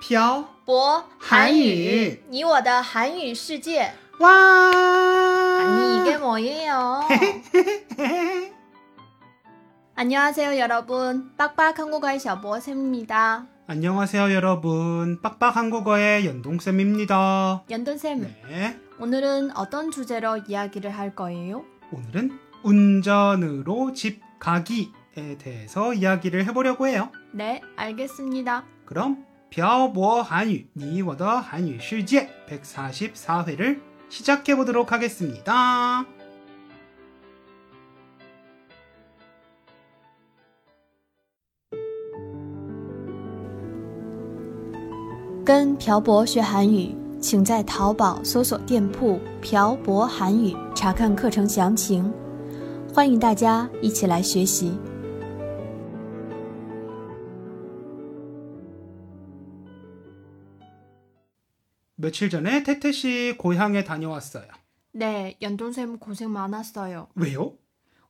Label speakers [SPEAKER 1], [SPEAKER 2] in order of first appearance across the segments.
[SPEAKER 1] 漂
[SPEAKER 2] 博
[SPEAKER 1] 韩语，
[SPEAKER 2] 你我的韩语世界。 아니
[SPEAKER 1] 와.
[SPEAKER 2] 이게 뭐예요? 안녕하세요 여러분. 빡빡 한국어의 샤보쌤입니다.
[SPEAKER 1] 안녕하세요 여러분. 빡빡 한국어의 연동쌤입니다.
[SPEAKER 2] 연돈쌤,
[SPEAKER 1] 네.
[SPEAKER 2] 오늘은 어떤 주제로 이야기를 할 거예요?
[SPEAKER 1] 오늘은 운전으로 집 가기에 대해서 이야기를 해보려고 해요.
[SPEAKER 2] 네, 알겠습니다.
[SPEAKER 1] 그럼 벼보 한유 니워더 한유 실제 144회를 시작해 보도록 하겠습니다.
[SPEAKER 2] 跟朴博学韩语，请在淘宝搜索店铺“朴博韩语”查看课程详情。欢迎大家一起来学习。
[SPEAKER 1] 며칠 전에 태태 씨 고향에 다녀왔어요.
[SPEAKER 2] 네, 연돈쌤 고생 많았어요.
[SPEAKER 1] 왜요?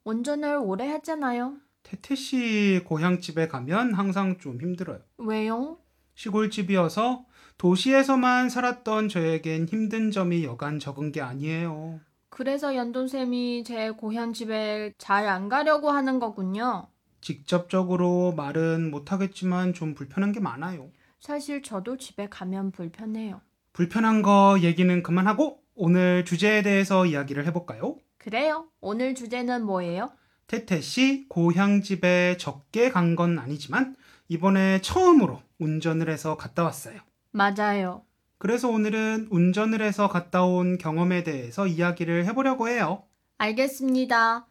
[SPEAKER 2] 운전을 오래 했잖아요.
[SPEAKER 1] 태태 씨 고향집에 가면 항상 좀 힘들어요.
[SPEAKER 2] 왜요?
[SPEAKER 1] 시골집이어서 도시에서만 살았던 저에겐 힘든 점이 여간 적은 게 아니에요.
[SPEAKER 2] 그래서 연돈쌤이 제 고향 집에 잘 안 가려고 하는 거군요.
[SPEAKER 1] 직접적으로 말은 못하겠지만 좀 불편한 게 많아요.
[SPEAKER 2] 사실 저도 집에 가면 불편해요.
[SPEAKER 1] 불편한 거 얘기는 그만하고 오늘 주제에 대해서 이야기를 해볼까요?
[SPEAKER 2] 그래요? 오늘 주제는 뭐예요?
[SPEAKER 1] 태태 씨 고향집에 적게 간 건 아니지만 이번에 처음으로 운전을 해서 갔다 왔어요.
[SPEAKER 2] 맞아요.
[SPEAKER 1] 그래서 오늘은 운전을 해서 갔다 온 경험에 대해서 이야기를 해보려고 해요.
[SPEAKER 2] 알겠습니다.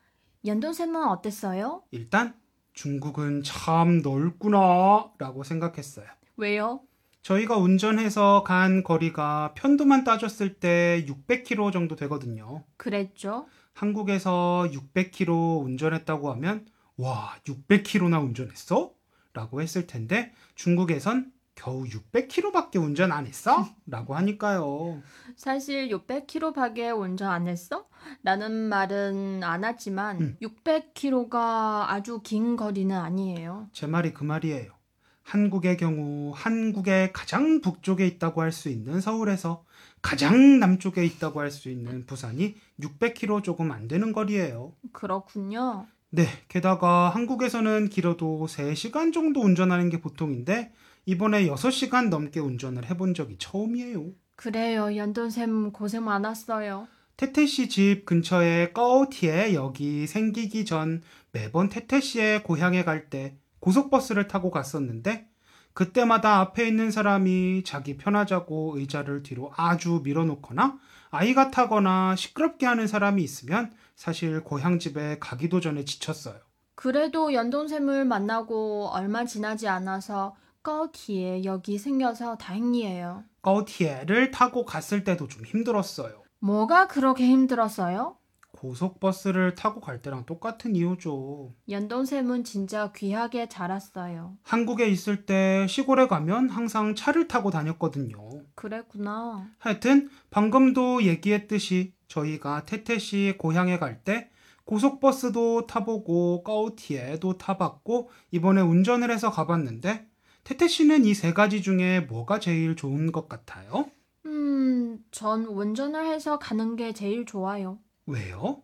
[SPEAKER 2] 연돈쌤은 어땠어요?
[SPEAKER 1] 일단 중국은 참 넓구나 라고 생각했어요.
[SPEAKER 2] 왜요?
[SPEAKER 1] 저희가 운전해서 간 거리가 편도만 따졌을 때 600km 정도 되거든요.
[SPEAKER 2] 그랬죠?
[SPEAKER 1] 한국에서 600km 운전했다고 하면 와 600km나 운전했어? 라고 했을 텐데 중국에선 겨우 600km밖에 운전 안 했어? 라고 하니까요.
[SPEAKER 2] 사실 600km 밖에 운전 안 했어? 라는 말은 안 하지만
[SPEAKER 1] 음.
[SPEAKER 2] 600km가 아주 긴 거리는 아니에요.
[SPEAKER 1] 제 말이 그 말이에요. 한국의 경우 한국의 가장 북쪽에 있다고 할 수 있는 서울에서 가장 남쪽에 있다고 할 수 있는 부산이 600km 조금 안 되는 거리예요.
[SPEAKER 2] 그렇군요.
[SPEAKER 1] 네, 게다가 한국에서는 길어도 3시간 정도 운전하는 게 보통인데 이번에 6시간 넘게 운전을 해본 적이 처음이에요.
[SPEAKER 2] 그래요. 연돈쌤 고생 많았어요.
[SPEAKER 1] 태태 씨 집 근처에 까오티에 역이 생기기 전 매번 태태 씨의 고향에 갈 때 고속버스를 타고 갔었는데 그때마다 앞에 있는 사람이 자기 편하자고 의자를 뒤로 아주 밀어놓거나 아이가 타거나 시끄럽게 하는 사람이 있으면 사실 고향 집에 가기도 전에 지쳤어요.
[SPEAKER 2] 그래도 연돈샘을 만나고 얼마 지나지 않아서 꺼티에 역이 생겨서 다행이에요.
[SPEAKER 1] 꺼티에를 타고 갔을 때도 좀 힘들었어요.
[SPEAKER 2] 뭐가 그렇게 힘들었어요?
[SPEAKER 1] 고속버스를 타고 갈 때랑 똑같은 이유죠.
[SPEAKER 2] 연돈샘은 진짜 귀하게 자랐어요.
[SPEAKER 1] 한국에 있을 때 시골에 가면 항상 차를 타고 다녔거든요.
[SPEAKER 2] 그랬구나.
[SPEAKER 1] 하여튼 방금도 얘기했듯이 저희가 태태 씨 고향에 갈 때 고속버스도 타보고 까우티에도 타봤고 이번에 운전을 해서 가봤는데 태태 씨는 이 세 가지 중에 뭐가 제일 좋은 것 같아요?
[SPEAKER 2] 음, 전 운전을 해서 가는 게 제일 좋아요.
[SPEAKER 1] 왜요?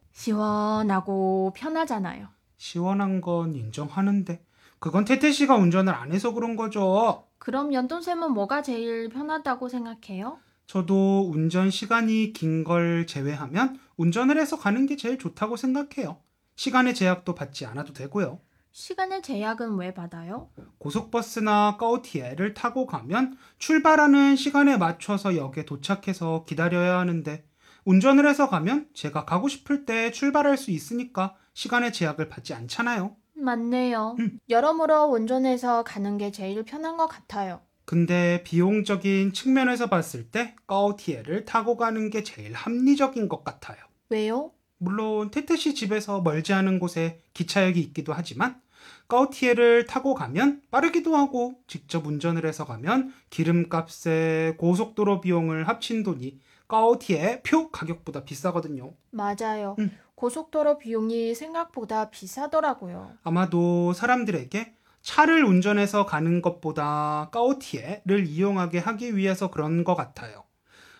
[SPEAKER 2] 시원하고 편하잖아요.
[SPEAKER 1] 시원한 건 인정하는데 그건 태태 씨가 운전을 안 해서 그런 거죠.
[SPEAKER 2] 그럼 연돈샘은 뭐가 제일 편하다고 생각해요?
[SPEAKER 1] 저도 운전 시간이 긴 걸 제외하면 운전을 해서 가는 게 제일 좋다고 생각해요. 시간의 제약도 받지 않아도 되고요.
[SPEAKER 2] 시간의 제약은 왜 받아요?
[SPEAKER 1] 고속버스나 까오티에를 타고 가면 출발하는 시간에 맞춰서 역에 도착해서 기다려야 하는데 운전을 해서 가면 제가 가고 싶을 때 출발할 수 있으니까 시간의 제약을 받지 않잖아요.
[SPEAKER 2] 맞네요.
[SPEAKER 1] 음.
[SPEAKER 2] 여러모로 운전해서 가는 게 제일 편한 것 같아요.
[SPEAKER 1] 근데 비용적인 측면에서 봤을 때 까오티에를 타고 가는 게 제일 합리적인 것 같아요.
[SPEAKER 2] 왜요?
[SPEAKER 1] 물론 태태 씨 집에서 멀지 않은 곳에 기차역이 있기도 하지만 까오티에를 타고 가면 빠르기도 하고 직접 운전을 해서 가면 기름값에 고속도로 비용을 합친 돈이 까오티에 표 가격보다 비싸거든요.
[SPEAKER 2] 맞아요.
[SPEAKER 1] 음.
[SPEAKER 2] 고속도로 비용이 생각보다 비싸더라고요.
[SPEAKER 1] 아마도 사람들에게 차를 운전해서 가는 것보다 까오티에를 이용하게 하기 위해서 그런 것 같아요.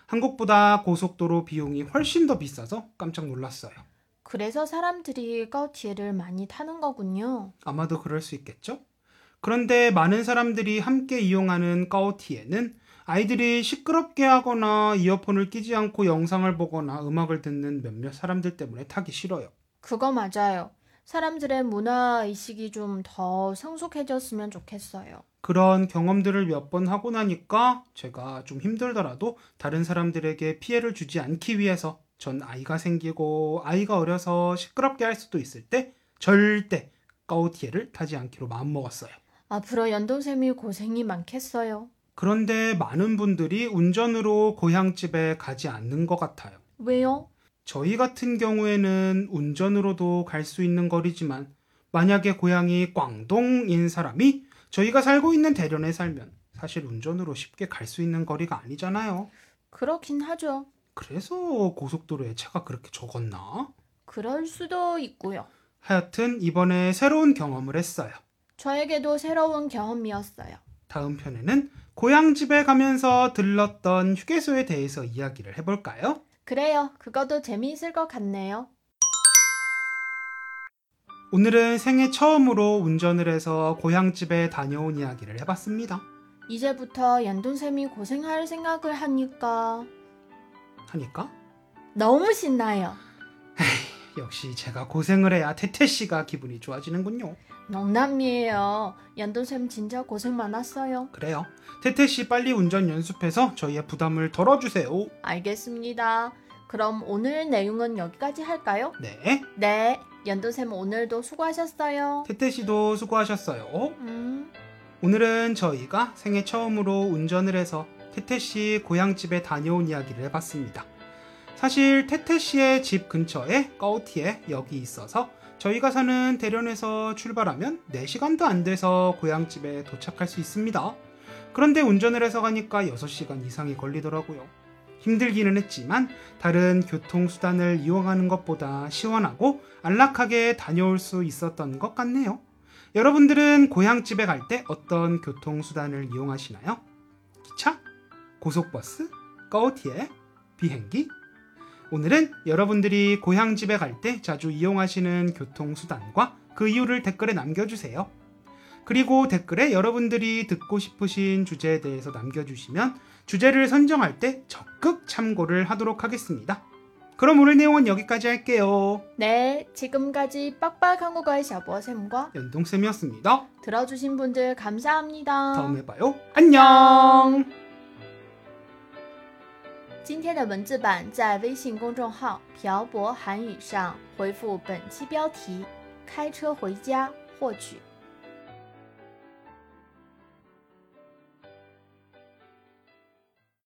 [SPEAKER 1] 한국보다 고속도로 비용이 훨씬 더 비싸서 깜짝 놀랐어요.
[SPEAKER 2] 그래서 사람들이 까오티에를 많이 타는 거군요.
[SPEAKER 1] 아마도 그럴 수 있겠죠? 그런데 많은 사람들이 함께 이용하는 까오티에는 아이들이 시끄럽게 하거나 이어폰을 끼지 않고 영상을 보거나 음악을 듣는 몇몇 사람들 때문에 타기 싫어요.
[SPEAKER 2] 그거 맞아요. 사람들의 문화 의식이 좀 더 성숙해졌으면 좋겠어요.
[SPEAKER 1] 그런 경험들을 몇 번 하고 나니까 제가 좀 힘들더라도 다른 사람들에게 피해를 주지 않기 위해서 전 아이가 생기고 아이가 어려서 시끄럽게 할 수도 있을 때 절대 까오티에를 타지 않기로 마음먹었어요.
[SPEAKER 2] 앞으로 연동쌤이 고생이 많겠어요.
[SPEAKER 1] 그런데 많은 분들이 운전으로 고향집에 가지 않는 것 같아요.
[SPEAKER 2] 왜요?
[SPEAKER 1] 저희 같은 경우에는 운전으로도 갈 수 있는 거리지만 만약에 고향이 광동인 사람이 저희가 살고 있는 대련에 살면 사실 운전으로 쉽게 갈 수 있는 거리가 아니잖아요.
[SPEAKER 2] 그렇긴 하죠.
[SPEAKER 1] 그래서 고속도로에 차가 그렇게 적었나?
[SPEAKER 2] 그럴 수도 있고요.
[SPEAKER 1] 하여튼 이번에 새로운 경험을 했어요.
[SPEAKER 2] 저에게도 새로운 경험이었어요.
[SPEAKER 1] 다음 편에는 고향 집에 가면서 들렀던 휴게소에 대해서 이야기를 해볼까요?
[SPEAKER 2] 그래요. 그것도 재미있을 것 같네요.
[SPEAKER 1] 오늘은 생애 처음으로 운전을 해서 고향 집에 다녀온 이야기를 해봤습니다.
[SPEAKER 2] 이제부터 연돈쌤이 고생할 생각을 하니까
[SPEAKER 1] 하니까
[SPEAKER 2] 너무 신나요.
[SPEAKER 1] 역시 제가 고생을 해야 태태 씨가 기분이 좋아지는군요.
[SPEAKER 2] 농담이에요. 연돈쌤 진짜 고생 많았어요.
[SPEAKER 1] 그래요. 태태 씨 빨리 운전 연습해서 저희의 부담을 덜어주세요.
[SPEAKER 2] 알겠습니다. 그럼 오늘 내용은 여기까지 할까요?
[SPEAKER 1] 네.
[SPEAKER 2] 네. 연돈쌤 오늘도 수고하셨어요.
[SPEAKER 1] 태태 씨도 수고하셨어요.
[SPEAKER 2] 음,
[SPEAKER 1] 오늘은 저희가 생애 처음으로 운전을 해서 태태 씨 고향집에 다녀온 이야기를 해봤습니다. 사실 태태 씨의 집 근처에 까오티에 역이 있어서 저희가 사는 대련에서 출발하면 4시간도 안 돼서 고향집에 도착할 수 있습니다. 그런데 운전을 해서 가니까 6시간 이상이 걸리더라고요. 힘들기는 했지만 다른 교통수단을 이용하는 것보다 시원하고 안락하게 다녀올 수 있었던 것 같네요. 여러분들은 고향집에 갈 때 어떤 교통수단을 이용하시나요? 기차? 고속버스? 꺼우티에? 비행기? 오늘은 여러분들이 고향집에 갈 때 자주 이용하시는 교통수단과 그 이유를 댓글에 남겨주세요. 그리고 댓글에 여러분들이 듣고 싶으신 주제에 대해서 남겨주시면 주제를 선정할 때 적극 참고를 하도록 하겠습니다. 그럼 오늘 내용은 여기까지 할게요.
[SPEAKER 2] 네. 지금까지 빡빡한 국어의 샤버쌤과
[SPEAKER 1] 연동쌤이었습니다.
[SPEAKER 2] 들어주신 분들 감사합니다.
[SPEAKER 1] 다음에 봐요. 안녕.
[SPEAKER 2] 今天的文字版在微信公众号“漂泊韩语”上回复本期标题“开车回家”获取。